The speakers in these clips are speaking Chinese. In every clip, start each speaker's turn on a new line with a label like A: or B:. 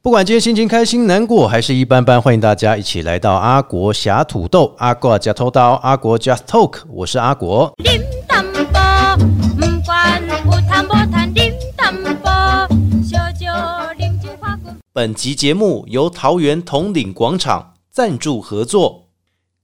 A: 不管今天心情开心、难过还是一般般，欢迎大家一起来到阿国侠土豆、阿国加偷刀、阿国 Just Talk，我是阿国。
B: điểm tâm bò Ừm, quan u tham bò than điểm tâm bò cho cho điểm chữ khoa cùng
A: 本集节目由桃园统领广场赞助合作。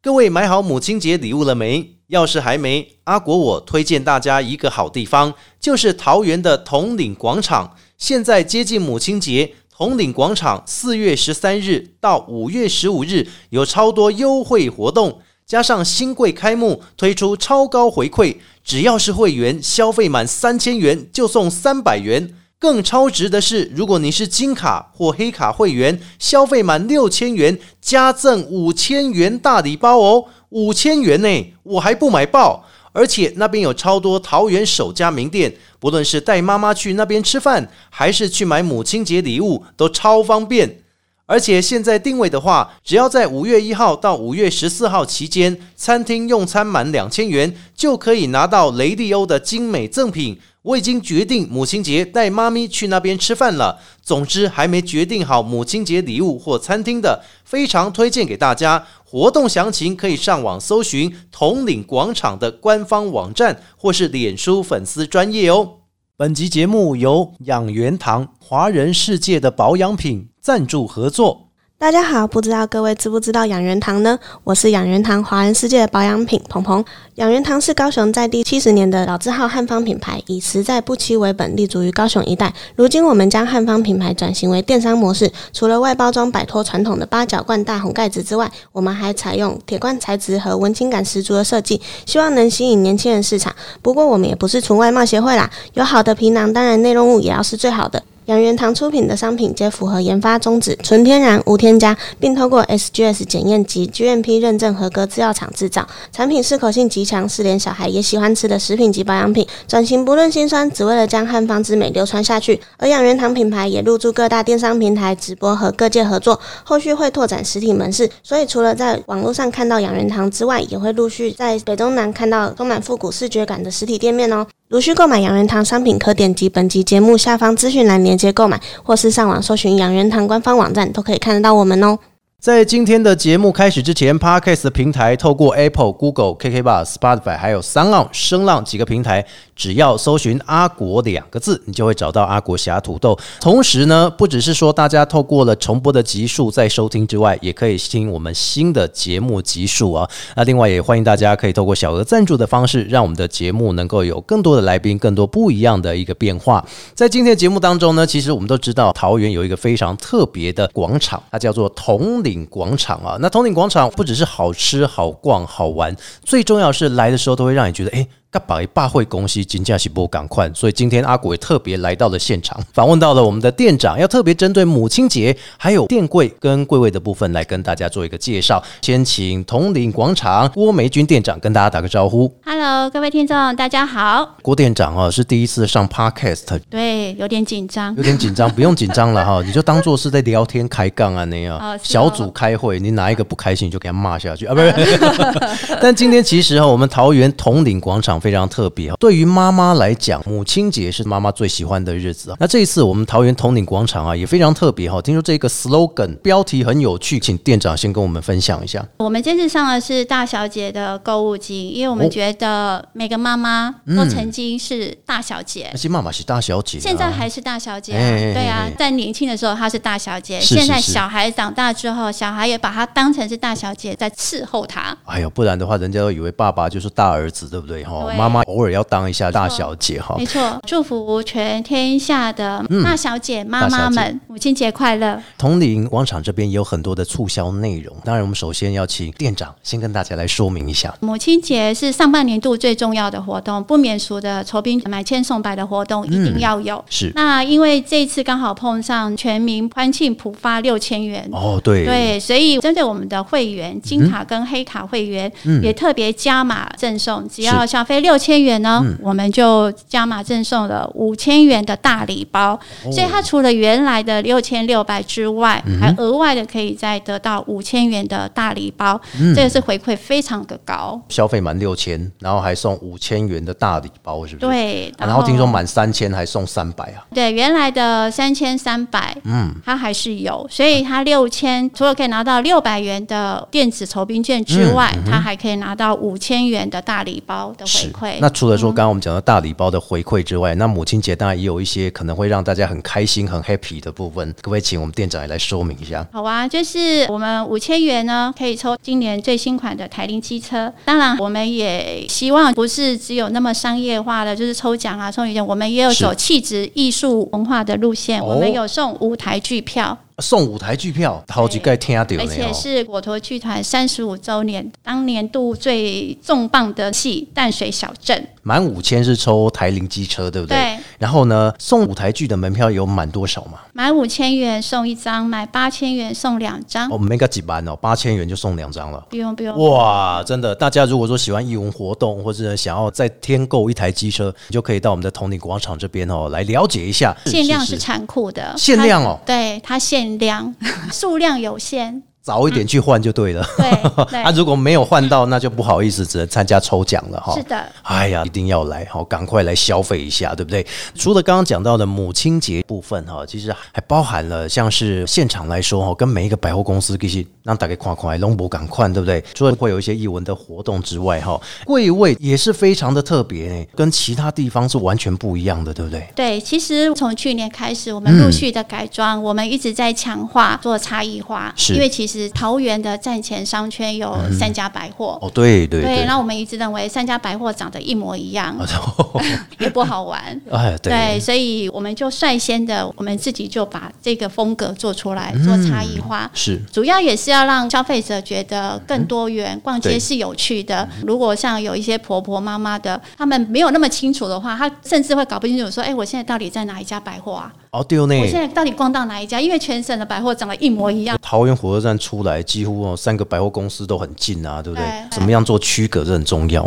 A: 各位买好母亲节礼物了没？要是还没，阿国我推荐大家一个好地方，就是桃园的统领广场。现在接近母亲节，统领广场四月十三日到五月十五日有超多优惠活动，加上新柜开幕推出超高回馈，只要是会员消费满三千元就送三百元。更超值的是，如果你是金卡或黑卡会员，消费满六千元加赠五千元大礼包哦，五千元呢，我还不买爆！而且那边有超多桃园首家名店，不论是带妈妈去那边吃饭，还是去买母亲节礼物，都超方便。而且现在定位的话，只要在五月一号到五月十四号期间，餐厅用餐满两千元，就可以拿到雷利欧的精美赠品。我已经决定母亲节带妈咪去那边吃饭了。总之，还没决定好母亲节礼物或餐厅的，非常推荐给大家。活动详情可以上网搜寻统领广场的官方网站或是脸书粉丝专业哦。本集节目由养元堂华人世界的保养品赞助合作。
C: 大家好，不知道各位知不知道养元堂呢？我是养元堂华人世界的保养品鹏鹏。养元堂是高雄在地七十年的老字号汉方品牌，以实在不欺为本，立足于高雄一带。如今我们将汉方品牌转型为电商模式，除了外包装摆脱传统的八角罐大红盖子之外，我们还采用铁罐材质和文青感十足的设计，希望能吸引年轻人市场。不过我们也不是纯外贸协会啦，有好的皮囊，当然内容物也要是最好的。养元堂出品的商品皆符合研发宗旨，纯天然无添加，并透过 SGS 检验及 GMP 认证合格制药厂制造。产品适口性极强，是连小孩也喜欢吃的食品级保养品。转型不论辛酸，只为了将汉方之美流传下去。而养元堂品牌也入驻各大电商平台直播和各界合作，后续会拓展实体门市。所以除了在网络上看到养元堂之外，也会陆续在北中南看到充满复古视觉感的实体店面哦。如需购买养元堂商品，可点击本集节目下方资讯栏连接购买，或是上网搜寻养元堂官方网站，都可以看得到我们哦。
A: 在今天的节目开始之前，Podcast 的平台透过 Apple、Google、KK Bar、Spotify 还有三浪、声浪几个平台，只要搜寻“阿国”两个字，你就会找到阿国侠土豆。同时呢，不只是说大家透过了重播的集数在收听之外，也可以听我们新的节目集数啊。那另外也欢迎大家可以透过小额赞助的方式，让我们的节目能够有更多的来宾，更多不一样的一个变化。在今天的节目当中呢，其实我们都知道桃园有一个非常特别的广场，它叫做统领广场啊。那统领广场不只是好吃、好逛、好玩，最重要是来的时候都会让你觉得，哎。噶百霸会公司金价是不赶快，所以今天阿鬼特别来到了现场，访问到了我们的店长，要特别针对母亲节还有店柜跟柜位的部分来跟大家做一个介绍。先请统领广场郭梅君店长跟大家打个招呼。
D: Hello，各位听众，大家好。
A: 郭店长啊，是第一次上 Podcast，
D: 对，有点紧张
A: 有。点紧张，不用紧张了哈，你就当做是在聊天开杠啊那样、
D: 哦是
A: 小
D: 哦
A: 组开会，你哪一个不开心你就给他骂下去啊，不 是。 但今天其实哈，我们桃园统领广场非常特别哈，对于妈妈来讲，母亲节是妈妈最喜欢的日子啊。那这一次我们桃园统领广场啊也非常特别哈，听说这个 slogan 标题很有趣，请店长先跟我们分享一下。
D: 我们这次上的是大小姐的购物金，因为我们
A: 哦嗯
D: 觉得每个妈妈都曾经是大小姐。
A: 而且妈妈是大小姐啊、
D: 现在还是大小姐、啊，
A: 哎哎哎
D: 对啊
A: 哎，
D: 在年轻的时候她是大小姐，
A: 是是
D: 现在
A: 是
D: 小孩长大之后，小孩也把她当成是大小姐在伺候她。
A: 哎呦，不然的话，人家都以为爸爸就是大儿子，对不对？哈，
D: 对
A: 妈妈偶尔要当一下大小姐哈。
D: 没错，祝福全天下的大小姐、妈妈
A: 大小
D: 们母亲节快乐！
A: 统领广场这边也有很多的促销内容，当然我们首先要请店长先跟大家来说明一下。
D: 母亲节是上半年度最重要的活动，不免俗的酬宾买千送百的活动一定要有。
A: 是
D: 那因为这一次刚好碰上全民欢庆普发六千元。
A: 哦，对，嗯
D: 对，所以针对我们的会员，金卡跟黑卡会员、也特别加码赠送，只要消费费六千元呢，
A: 嗯
D: 我们就加码赠送了五千元的大礼包。
A: 哦
D: 所以它除了原来的六千六百之外，
A: 嗯
D: 还额外的可以再得到五千元的大礼包，
A: 嗯
D: 这个是回馈非常的高。
A: 消费满六千，然后还送五千元的大礼包，是不是？啊。
D: 对，
A: 然后听说满三千还送三百啊，
D: 对，原来的三千三百，嗯，它还是有，所以它六千除了可以拿到六百元的电子酬宾券之外，
A: 嗯
D: 它还可以拿到五千元的大礼包的
A: 是
D: 回馈。
A: 那除了说刚刚我们讲到大礼包的回馈之外，那母亲节当然也有一些可能会让大家很开心、很 happy 的部分，可不可以请我们店长也来说明一下？
D: 好啊，就是我们五千元呢，可以抽今年最新款的台铃机车。当然，我们也希望不是只有那么商业化的，就是抽奖啊、送礼券，我们也有
A: 是
D: 走气质艺术文化的路线。
A: 哦
D: 我们有送舞台剧票，
A: 送舞台剧票，好几盖听啊到
D: 而
A: 没有哦
D: 且？是果陀剧团三十五周年当年度最重磅的戏《淡水小镇》。
A: 满五千是抽台铃机车，对不对？
D: 对
A: 然后呢，送舞台剧的门票有满多少嘛？
D: 满五千元送一张，买八千元送两张。
A: 我们那个几班哦，八千元就送两张了。
D: 不用不用，
A: 哇，真的！大家如果说喜欢义文活动，或者想要再添购一台机车，你就可以到我们的统领广场这边哦，来了解一下。
D: 限量是嗯
A: 是是
D: 残酷的，
A: 限量哦
D: 它对，它限 量，数量有限。
A: 早一点去换就对了。
D: 对对
A: 啊，如果没有换到，那就不好意思，只能参加抽奖了哈。
D: 是的。
A: 哎呀，一定要来哈，赶快来消费一下，对不对？除了刚刚讲到的母亲节部分哈，其实还包含了像是现场来说哦哈，跟每一个百货公司其实让大家看看，龙博赶快，对不对？除了会有一些艺文的活动之外哈，柜位也是非常的特别呢，跟其他地方是完全不一样的，对不对？
D: 对，其实从去年开始，我
A: 嗯
D: 们陆续的改装，我们一直在强化做差异化。
A: 是嗯
D: 因为其实桃园的站前商圈有三家百货，
A: 哦，对对啊对，
D: 然后我们一直认为三家百货长得一模一样， 也不好玩。
A: 哎，对，
D: 所以我们就率先的，我们自己就把这个风格做出来，做
A: 嗯
D: 差异化。
A: 是
D: 主要也是要让消费者觉得更多元，逛街是有趣的。如果像有一些婆婆妈妈的，他们没有那么清楚的话，她甚至会搞不清楚说：“哎、我现在到底在哪一家百货啊？
A: 哦，对呢。
D: 我现在到底逛到哪一家？”因为全省的百货长得一模一样。
A: 桃园火车站出来，几乎哦三个百货公司都很近啊，对不对？
D: 对
A: 怎么样做区隔这很重要。哎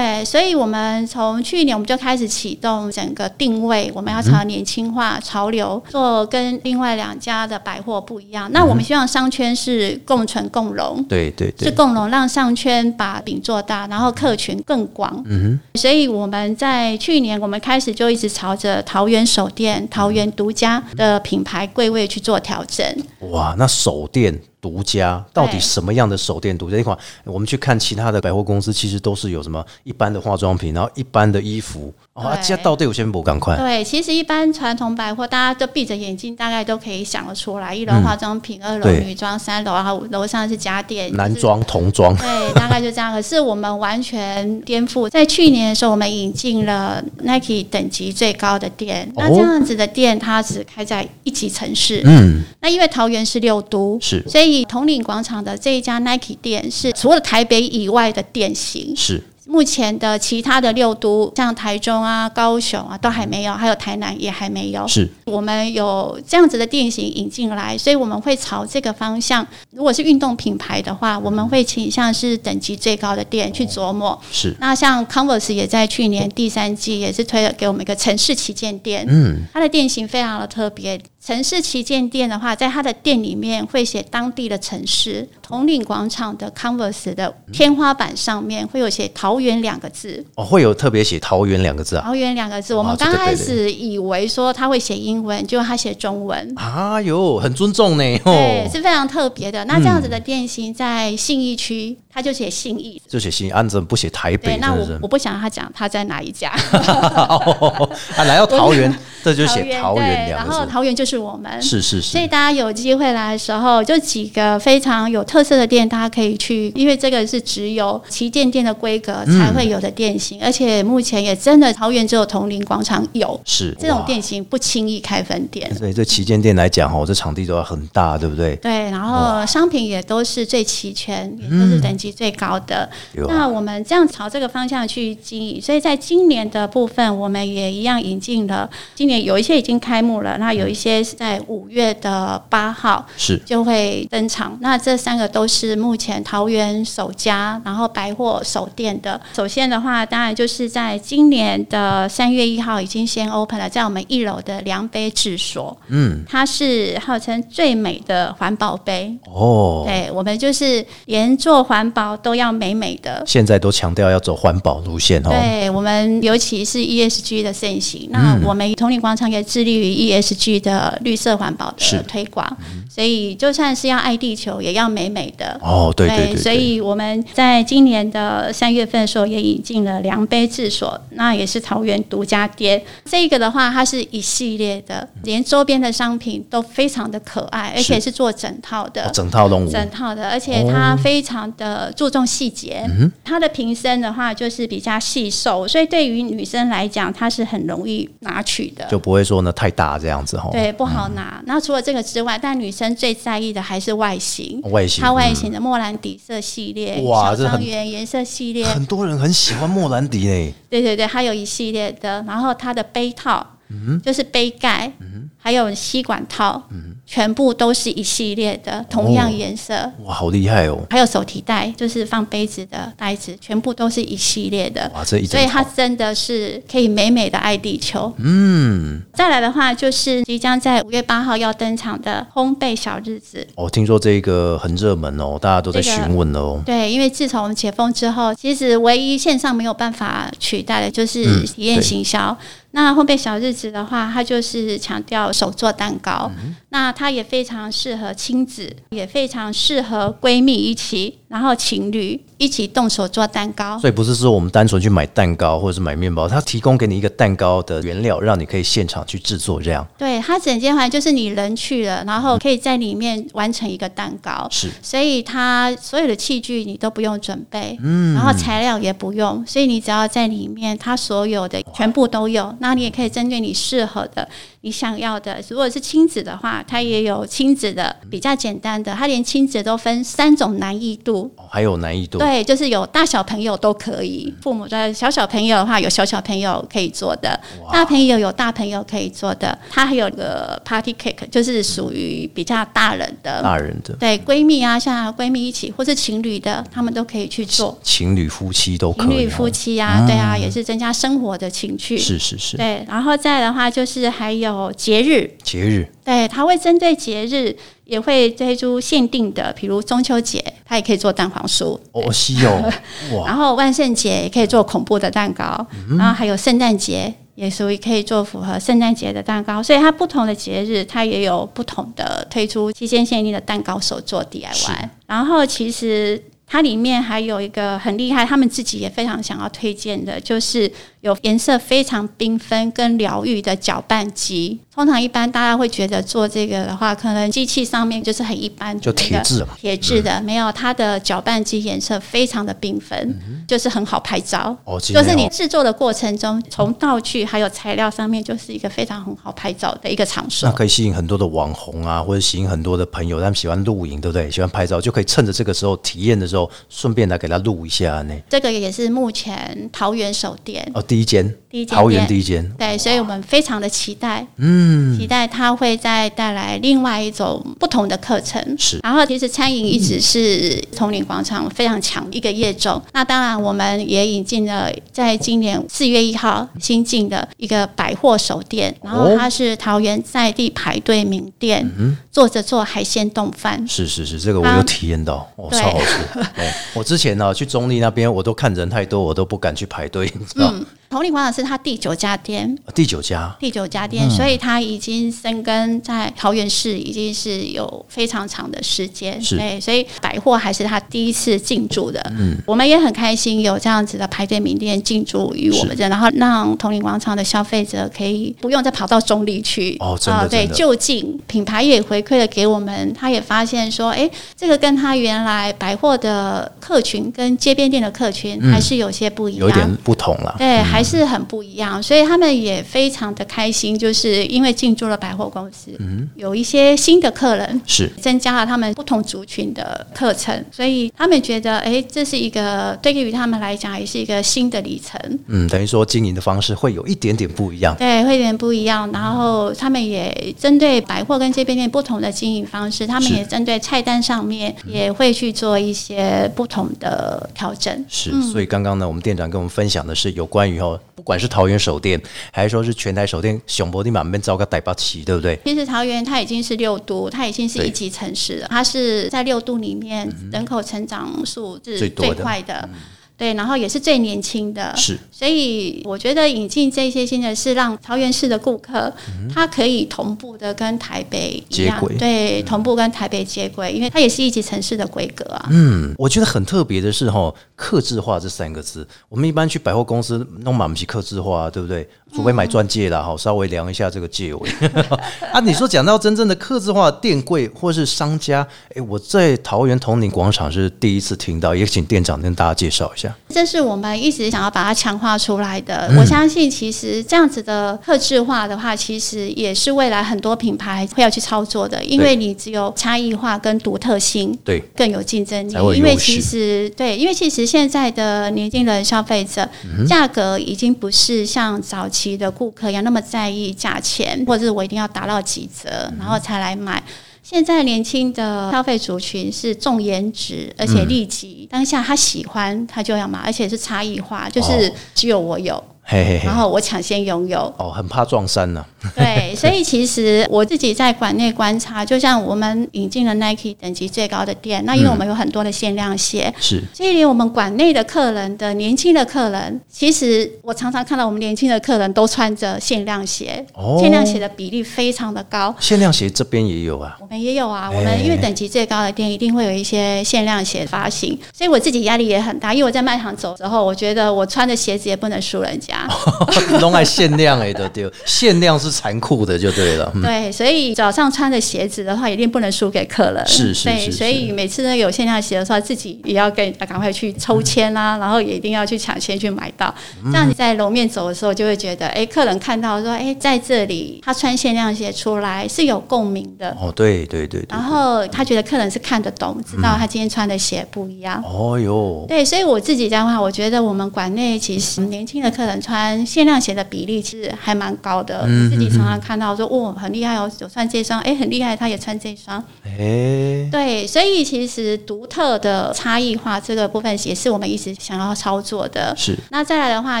D: 对，所以我们从去年我们就开始启动整个定位，我们要朝年轻化、潮流做，跟另外两家的百货不一样。那我们希望商圈是共存共荣。
A: 对对
D: 是
A: 对，
D: 共荣，让商圈把饼做大，然后客群更广。嗯哼，所以我们在去年我们开始就一直朝着桃园首店、桃园独家的品牌柜位去做调整。
A: 哇，那手电独家到底
D: 对
A: 什么样的手电独家？一款我们去看其他的百货公司，其实都是有什么一般的化妆品，然后一般的衣服，哦，啊
D: 对
A: 这到底有些不赶快。
D: 对，其实一般传统百货，大家都闭着眼睛，大概都可以想得出来：一楼化妆品，二楼
A: 嗯对
D: 女装，三楼然后楼上是家电，
A: 男
D: 就是
A: 装、童装，
D: 对，大概就这样。可是我们完全颠覆，在去年的时候，我们引进了 Nike 等级最高的店。那
A: 哦
D: 这样子的店，它只开在一级城市。
A: 嗯，
D: 那因为桃园是六都，
A: 是
D: 所以统领广场的这一家 Nike 店是除了台北以外的店型。
A: 是
D: 目前的其他的六都，像台中啊、高雄啊，都还没有，还有台南也还没有。
A: 是，
D: 我们有这样子的店型引进来，所以我们会朝这个方向。如果是运动品牌的话，我们会倾向是等级最高的店去琢磨。
A: 是
D: 那像 Converse 也在去年第三季也是推了给我们一个城市旗舰店，嗯，它的店型非常的特别。城市旗舰店的话，在它的店里面会写当地的城市，统领广场的 Converse 的天花板上面会有写桃园两个字，
A: 哦，会有特别写桃园两个字啊。
D: 桃园两个字。
A: 哇
D: 我们
A: 这个
D: 刚
A: 对
D: 开
A: 对
D: 始以为说他会写英文，结果他写中文。
A: 啊哟，很尊重呢
D: 对
A: 哦，，嗯
D: 是非常特别的。那这样子的店型在信义区，他就写信义。
A: 就写新安怎么不写台
D: 对，
A: 北，
D: 那
A: 真的
D: 我
A: 是
D: 我不想他讲他在哪一家，
A: 哦， 啊来到桃园，这就写桃园
D: 对，
A: 两
D: 然
A: 个
D: 后
A: 字，
D: 桃园就是我们。
A: 是是
D: 所以
A: 是，
D: 大家有机会来的时候，就几个非常有特色的店，大家可以去，因为这个是只有旗舰店的规格
A: 嗯
D: 才会有的店型，而且目前也真的桃园只有同林广场有
A: 是
D: 这种
A: 哇
D: 店型，不轻易开分店。
A: 所以对旗舰店来讲，哦，这场地都要很大，对不对？
D: 对，然后商品也都是最齐全，也都
A: 嗯
D: 是等级最高的。
E: 对
A: 啊
E: 吧
D: 那我们这样朝这个方向去经营，所以在今年的部分，我们也一样引进了。今年有一些已经开幕了，那有一些是在五月的八号
E: 是
D: 就会登场。那这三个都是目前桃园首家，然后百货首店的。首先的话，当然就是在今年的三月一号已经先 open 了，在我们一楼的量杯制所，嗯，它是号称最美的环保杯，
E: 哦，
D: 对我们就是连做环保都要美美的。
E: 现在都强调要走环保路线哦。
D: 对我们，尤其是 ESG 的盛行，
E: 嗯
D: 那我们统领广场也致力于 ESG 的绿色环保
E: 是嗯
D: 的推广，所以就算是要爱地球，也要美美的。
E: 哦，对对对对，
D: 所以我们在今年的三月份的时候也引进了量杯制所，那也是桃园独家店。这一个的话，它是一系列的，连周边的商品都非常的可爱，而且是做整套的。
E: 哦整套动物
D: 呃整套的，而且它非常的注重细节。
E: 嗯
D: 它的瓶身的话就是比较细瘦，所以对于女生来讲，它是很容易拿取的。
E: 就不会说呢太大这样子哦。
D: 对，不好拿。那除了这个之外，但女生最在意的还是外形。
E: 外形嗯
D: 它外形的莫兰迪色系列、
E: 哇
D: 小
E: 这很
D: 庄园颜色系列，
E: 很多人很喜欢莫兰迪诶，
D: 对对对，还有一系列的。然后它的杯套，
E: 嗯
D: 就是杯盖，还有吸管套，全部都是一系列的，同
E: 哦
D: 样颜色。
E: 哇，好厉害哦！
D: 还有手提袋，就是放杯子的袋子，全部都是一系列的。
E: 哇，这一
D: 所
E: 整
D: 以它
E: 套
D: 真的是可以美美的爱地球。嗯，再来的话就是即将在五月八号要登场的烘焙小日子。
E: 哦，听说这个很热门哦，大家都在
D: 这个
E: 询问哦。
D: 对，因为自从我们解封之后，其实唯一线上没有办法取代的
E: 嗯
D: 就是体验行销。那烘焙小日子的话，它就是强调手做蛋糕，
E: 嗯
D: 那它也非常适合亲子，也非常适合闺蜜一起，然后情侣一起动手做蛋糕。
E: 所以不是说我们单纯去买蛋糕或者是买面包，它提供给你一个蛋糕的原料，让你可以现场去制作，这样
D: 对，它整间环就是你人去了，然后可以在里面完成一个蛋糕。
E: 是
D: 所以它所有的器具你都不用准备，嗯，然后材料也不用，所以你只要在里面，它所有的全部都有。那你也可以针对你适合的、你想要的。如果是亲子的话，它也有亲子的比较简单的，它连亲子都分三种难易度。
E: 哦还有难易度。
D: 对，就是有大小朋友都可以，父母的小小朋友的话，有小小朋友可以做的，大朋友有大朋友可以做的。它还有个 party cake，就是属于比较大人的，
E: 大人的
D: 对闺蜜啊，像闺蜜一起或是情侣的，他们都可以去做。
E: 情侣、夫妻都可
D: 情
E: 以、
D: 侣
E: 哦。
D: 夫妻啊，对啊，也是增加生活的情趣。
E: 是是是，
D: 对，然后再的话就是还有节日，
E: 节日
D: 对，它会针对节日也会推出限定的，比如中秋节，它也可以做蛋黄酥。
E: 哦，西 哦，哇，嗯
D: 然后万圣节也可以做恐怖的蛋糕，然后还有圣诞节也属于可以做符合圣诞节的蛋糕，所以它不同的节日它也有不同的推出期间限定的蛋糕手做 DIY。然后其实它里面还有一个很厉害，他们自己也非常想要推荐的，就是有颜色非常缤纷跟疗愈的搅拌机。通常一般大家会觉得做这个的话，可能机器上面就是很一般的
E: 就
D: 那个，
E: 铁质嘛
D: 铁质
E: 嗯
D: 的，没有它的搅拌机颜色非常的缤纷，就是很好拍照。
E: 哦今
D: 就
E: 天
D: 是你
E: 哦
D: 制作的过程中，从道具还有材料上面，就是一个非常很好拍照的一个场
E: 那
D: 所。
E: 可以吸引很多的网红啊，或者吸引很多的朋友，他们喜欢露营，对不对？喜欢拍照，就可以趁着这个时候体验的时候，顺便来给他录一下呢。
D: 这个也是目前桃园首店，
E: 哦，第一间，
D: 第一间
E: 桃园
D: 店
E: 第一间，
D: 对，所以我们非常的期待，嗯，期待它会再带来另外一种不同的课程。
E: 是
D: 然后其实餐饮一直是统领广场非常强一个业种。那当然，我们也引进了在今年四月一号新进的一个百货首店，然后它是桃园在地排队名店，做着做海鲜冻饭。
E: 是是是，这个我
D: 啊
E: 有体验到，哦，
D: 对
E: 超好吃。哦，我之前呢、去中立那边，我都看人太多，我都不敢去排队，你知道？
D: 统领广场是它第九家店，
E: 第九家
D: 第九家
E: 嗯
D: 店，所以它已经生根在桃园市，已经是有非常长的时间。
E: 是
D: 对，所以百货还是它第一次进驻的。嗯，我们也很开心有这样子的排队名店进驻于我们这，然后让统领广场的消费者可以不用再跑到中立去。
E: 哦真的
D: 啊对
E: 真，的
D: 就近品牌也回馈了给我们，他也发现说，哎，这个跟他原来百货的客群跟街边店的客群还是有些不一样。
E: 嗯有一点不同啦。
A: 啊
D: 对，还还是很不一样，所以他们也非常的开心，就是因为进驻了百货公司，有一些新的客人，
A: 是
D: 增加了他们不同族群的课程，所以他们觉得，哎，这是一个对于他们来讲也是一个新的里程，
A: 嗯，等于说经营的方式会有一点点不一样。
D: 对，会有点不一样。然后他们也针对百货跟街边店不同的经营方式，他们
A: 是
D: 也针对菜单上面也会去做一些不同的调整。
A: 是，所以刚刚呢，我们店长跟我们分享的是有关于哦，不管是桃园手店，还是说是全台手店，熊博地满面招个逮巴旗，对不对？
D: 其实桃园它已经是六都，它已经是
A: 对嗯
D: 一级城市了，它是在六都里面人口成长数是
A: 最多
D: 最
A: 的嗯
D: 快的。对，然后也是最年轻的，
A: 是，
D: 所以我觉得引进这些新的是让桃园市的顾客，他可以同步的跟台北一样
A: 嗯接轨嗯
D: 对，同步跟台北接轨，因为它也是一级城市的规格啊。
A: 嗯，我觉得很特别的是哈、哦，克制化这三个字，我们一般去百货公司弄满不起克制化、对不对？除非买钻戒啦，哈，哦
D: 嗯
A: 稍微量一下这个戒围 啊。你说讲到真正的克制化店柜或是商家，哎，我在桃园统领广场是第一次听到，也请店长跟大家介绍一下。
D: 这是我们一直想要把它强化出来的。我相信，其实这样子的客制化的话，其实也是未来很多品牌会要去操作的，因为你只有差异化跟独特性。
A: 对，
D: 更有竞争力
A: 才会有，
D: 因为
A: 优势
D: 其实对，因为其实现在的年轻人消费者、
A: 嗯
D: 价格已经不是像早期的顾客一样那么在意价钱，或者是我一定要达到几
A: 嗯
D: 折，然后才来买。现在年轻的消费族群是重颜值，而
A: 嗯
D: 且利己，当下他喜欢他就要买，而且是差异化，就是
A: 哦
D: 只有我有，
A: 嘿嘿嘿
D: 然。后我抢先拥有。
A: 哦，很怕撞衫呢、
D: 对，所以其实我自己在馆内观察，就像我们引进了 Nike 等级最高的店，那因
A: 嗯
D: 为我们有很多的限量鞋。
A: 是
D: 所以，连我们馆内的客人的年轻的客人，其实我常常看到我们年轻的客人都穿着限量鞋，
A: 哦
D: 限量鞋的比例非常的高。
A: 限量鞋这边也有啊。
D: 我们也有啊，
A: 哎
D: 我们因为等级最高的店一定会有一些限量鞋发行，所以我自己压力也很大，因为我在卖场走之后，我觉得我穿的鞋子也不能输人家。
A: 拢爱限量哎的对，限量是残酷的就对了。嗯
D: 对，所以早上穿的鞋子的话，一定不能输给客人。
A: 是是是
D: 对，
A: 是
D: 所以每次呢有限量鞋的时候，自己也要跟啊赶快去抽签啦、然后也一定要去抢先去买到。
A: 嗯
D: 这样你在楼面走的时候，就会觉得，哎，客人看到说，哎，在这里他穿限量鞋出来是有共鸣的。
A: 哦，对对对对
D: 然。后他觉得客人是看得懂，知
A: 嗯
D: 道他今天穿的鞋不一样。
A: 哦哟，
D: 对，所以我自己的话，我觉得我们馆内其实年轻的客人穿限量鞋的比例其实还蛮高的。
A: 嗯
D: 自己常常看到说，哦，很厉害哦，有穿这双，哎，很厉害，他也穿这双。
A: 哎，
D: 对，所以其实独特的差异化这个部分也是我们一直想要操作的。
A: 是
D: 那再来的话，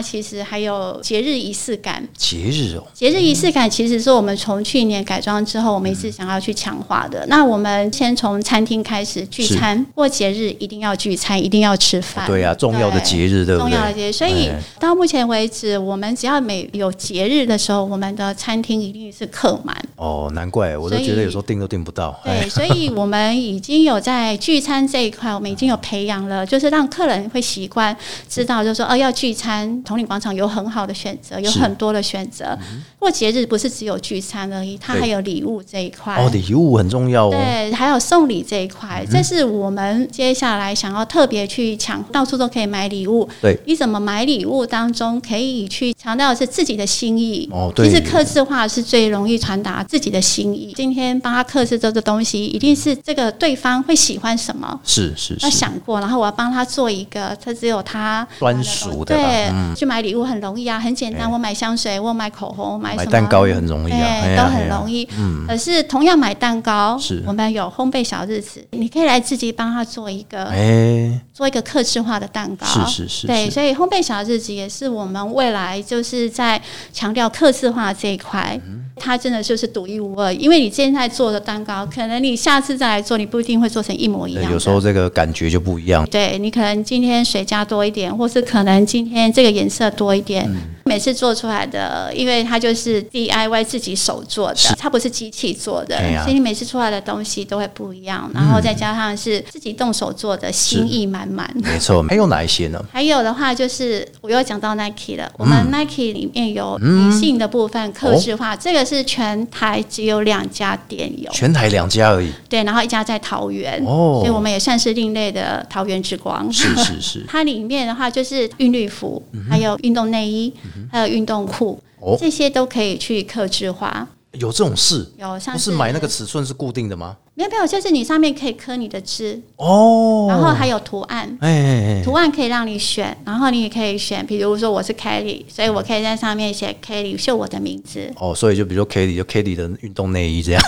D: 其实还有节日仪式感。
A: 节日哦，
D: 节日仪式感其实是我们从去年改装之后，我们一
A: 嗯
D: 直想要去强化的。那我们先从餐厅开始聚
A: 是
D: 餐，过节日一定要聚餐，一定要吃饭。
A: 对啊，重要的节日对不
D: 重要的
A: 对？
D: 节日。所以
A: 哎
D: 到目前为止，我们只要每有节日的时候，我们的餐厅一定是客满。
A: 哦，难怪我都
D: 所以
A: 觉得有时候订都订不到。哎，
D: 对，所以我们已经有在聚餐这一块，我们已经有培养了，就是让客人会习惯知道，就是说哦要聚餐，统领广场有很好的选择，有
A: 是
D: 很多的选择。过节日不是只有聚餐而已，它
A: 对
D: 还有礼物这一块。
A: 哦，礼物嗯很重要哦。
D: 对，还有送礼这一块，这是我们接下来想要特别去强，到处都可以买礼物。
A: 对，
D: 你怎么买礼物当中可以去强调的是自己的心意。
A: 哦对
D: 其实刻字化是最容易传达自己的心意。今天帮他刻字这个东西，一定是这个对方会喜欢什么。
A: 是是
D: 要
A: 是，
D: 想过，然后我要帮他做一个，他只有他
A: 专属的啦
D: 对，
A: 嗯
D: 去买礼物很容易啊，很简单。
A: 哎
D: 我买香水，我买口红，我买什
A: 买
D: 么
A: 蛋糕也很容易啊，哎
D: 对，
A: 呀嗯
D: 都很容。易。可是同样买蛋糕，
A: 是
D: 我们有烘焙小日子，你可以来自己帮他做一个、
A: 哎呀，
D: 做一个客制化的蛋糕。
A: 是是是
D: 对，
A: 是
D: 所以烘焙小日子也是我们未来就是在强调客制化这一块。
A: 嗯
D: 它真的就是独一无二，因为你现在做的蛋糕，可能你下次再来做，你不一定会做成一模一
A: 哎
D: 样
A: 对，
D: 的。
A: 有时候这个感觉就不一样。
D: 对你可能今天水加多一点，或是可能今天这个颜色多一点。
A: 嗯
D: 每次做出来的，因为它就是 DIY 自己手做的，它不是机器做的，
A: 哎呀嗯
D: 所以你每次出来的东西都会不一样。然后再加上是自己动手做的，心意满满。
A: 没错，还有哪一些呢？
D: 还有的话就是，我又讲到 Nike 了。我
A: 嗯
D: 们 Nike 里面有女性的部分客制化，这个是全台只有两家店有，
A: 全台两家而已。
D: 对，然后一家在桃园，
A: 哦
D: 所以我们也算是另类的桃园之光。
A: 是是是，嗯
D: 它里面的话就是韵律服，还有运动内衣，还有运动裤，
A: 哦
D: 这些都可以去克制化。
A: 有这种 事？
D: 有上
A: 不
D: 次
A: 哦是买那个尺寸是固定的吗？
D: 没有没有，就是你上面可以刻你的字，
A: 哦，
D: 然后还有图案。
A: 哎哎哎，
D: 图案可以让你选，然后你也可以选，比如说我是 Kelly，所以我可以在上面写 Kelly 绣我的名字。
A: 哦，所以就比如说 Kitty 就 Kitty 的运动内衣这 样，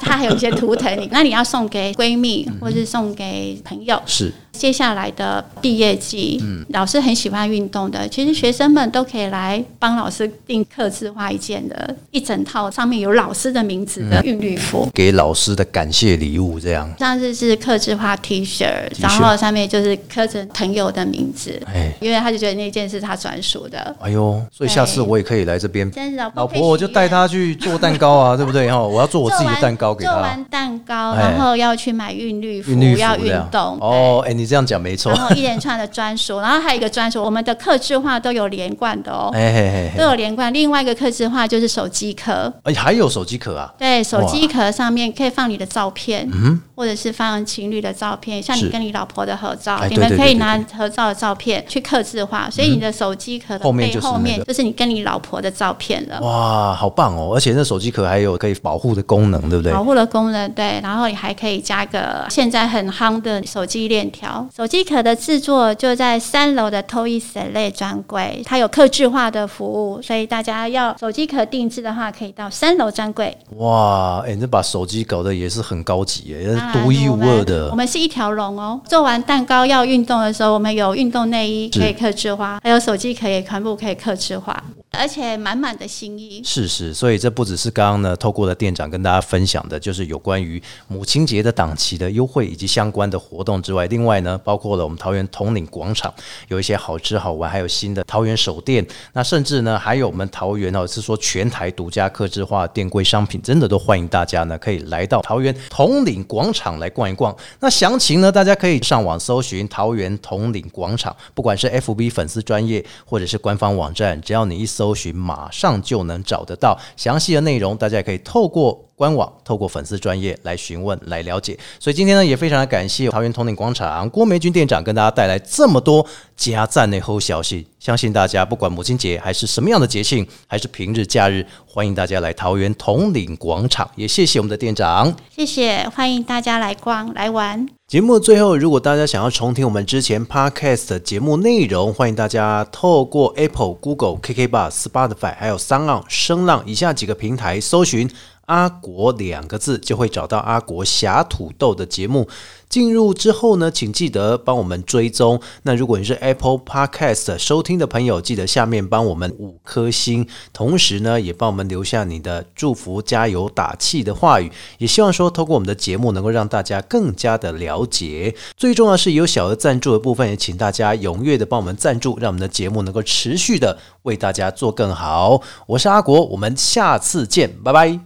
D: 它还有一些图腾，你那 你要送给闺蜜或是送给朋友。
A: 是
D: 接下来的毕业季，老师很喜欢运动的，其实学生们都可以来帮老师订刻字化一件的一整套，上面有老师的名字的韵律服。
A: 给老师的感谢礼物这样。
D: 上次是刻字化 T 恤，然后上面就是刻着朋友的名字，
A: 哎，
D: 因为他就觉得那件是他专属的。
A: 哎呦，所以下次我也可以来这边。
D: 真的，
A: 老婆，我就带她去做蛋糕啊，对不 对？哈，我要做我自己的蛋糕给
D: 做
A: 她
D: 完。蛋糕，
A: 哎
D: 然后要去买韵律服，
A: 韵律服
D: 要运
A: 这样
D: 动。
A: 哦，哎，你这样讲没错
D: 然。后一连串的专属，然后还有一个专属，我们的客制化都有连贯的哦，
A: 哎 嘿嘿
D: 都
A: 嘿，
D: 有连贯。另外一个客制化就是手机壳，
A: 哎，还有手机壳啊，
D: 对，手机壳上面可以放你的照片，或者是放情侣的照片，像
A: 是
D: 你跟你老婆的合照，
A: 哎
D: 你
A: 对
D: 们
A: 对
D: 可
A: 对
D: 以
A: 对嗯
D: 拿合照的照片去客制化，所以你的手机壳的
A: 后面
D: 背
A: 就是
D: 后
A: 那
D: 面
A: 个
D: 就是你跟你老婆的照片了。
A: 哇，好棒哦！而且那手机壳还有可以保护的功能，对不对？
D: 保护了功能，对，然后你还可以加个现在很夯的手机链条。手机壳的制作就在三楼的 Toy s 类专柜，它有客制化的服务，所以大家要手机壳定制的话，可以到三楼专柜。
A: 哇，哎，那把手机搞得也是很高级耶，也是
D: 当然
A: 呃独一
D: 我
A: 无
D: 们
A: 二的
D: 我。们是一条龙哦。做完蛋糕要运动的时候，我们有运动内衣
A: 是
D: 可以客制化，还有手机壳也全部可以客制化，而且满满的心意。
A: 是是，所以这不只是刚刚呢，透过了店长跟大家分享的，就是有关于母亲节的档期的优惠以及相关的活动之外，另外呢，包括了我们桃园统领广场有一些好吃好玩，还有新的桃园手店，那甚至呢，还有我们桃园哦，是说全台独家客制化店规商品，真的都欢迎大家呢可以来到桃园统领广场来逛一逛。那详情呢，大家可以上网搜寻桃园统领广场，不管是 FB 粉丝专业或者是官方网站，只要你一搜寻，马上就能找得到详细的内容。大家也可以透过官网、透过粉丝专业来询问、来了解。所以今天呢，也非常的感谢桃园统领广场郭梅君店长跟大家带来这么多加赞的后消息。相信大家不管母亲节还是什么样的节庆，还是平日假日，欢迎大家来桃园统领广场。也谢谢我们的店长。
D: 谢谢，欢迎大家来逛来玩。
F: 节目最后，如果大家想要重听我们之前 podcast 的节目内容，欢迎大家透过 Apple、Google、KK Bar、Spotify 还有三浪、声浪以下几个平台搜寻“阿国”两个字，就会找到阿国侠土豆的节目。进入之后呢，请记得帮我们追踪。那如果你是 Apple Podcast 收听的朋友，记得下面帮我们五颗星，同时呢，也帮我们留下你的祝福、加油、打气的话语。也希望说，透过我们的节目，能够让大家更加的了解。最重要的是有小额赞助的部分，也请大家踊跃的帮我们赞助，让我们的节目能够持续的为大家做更好。我是阿国，我们下次见，拜拜。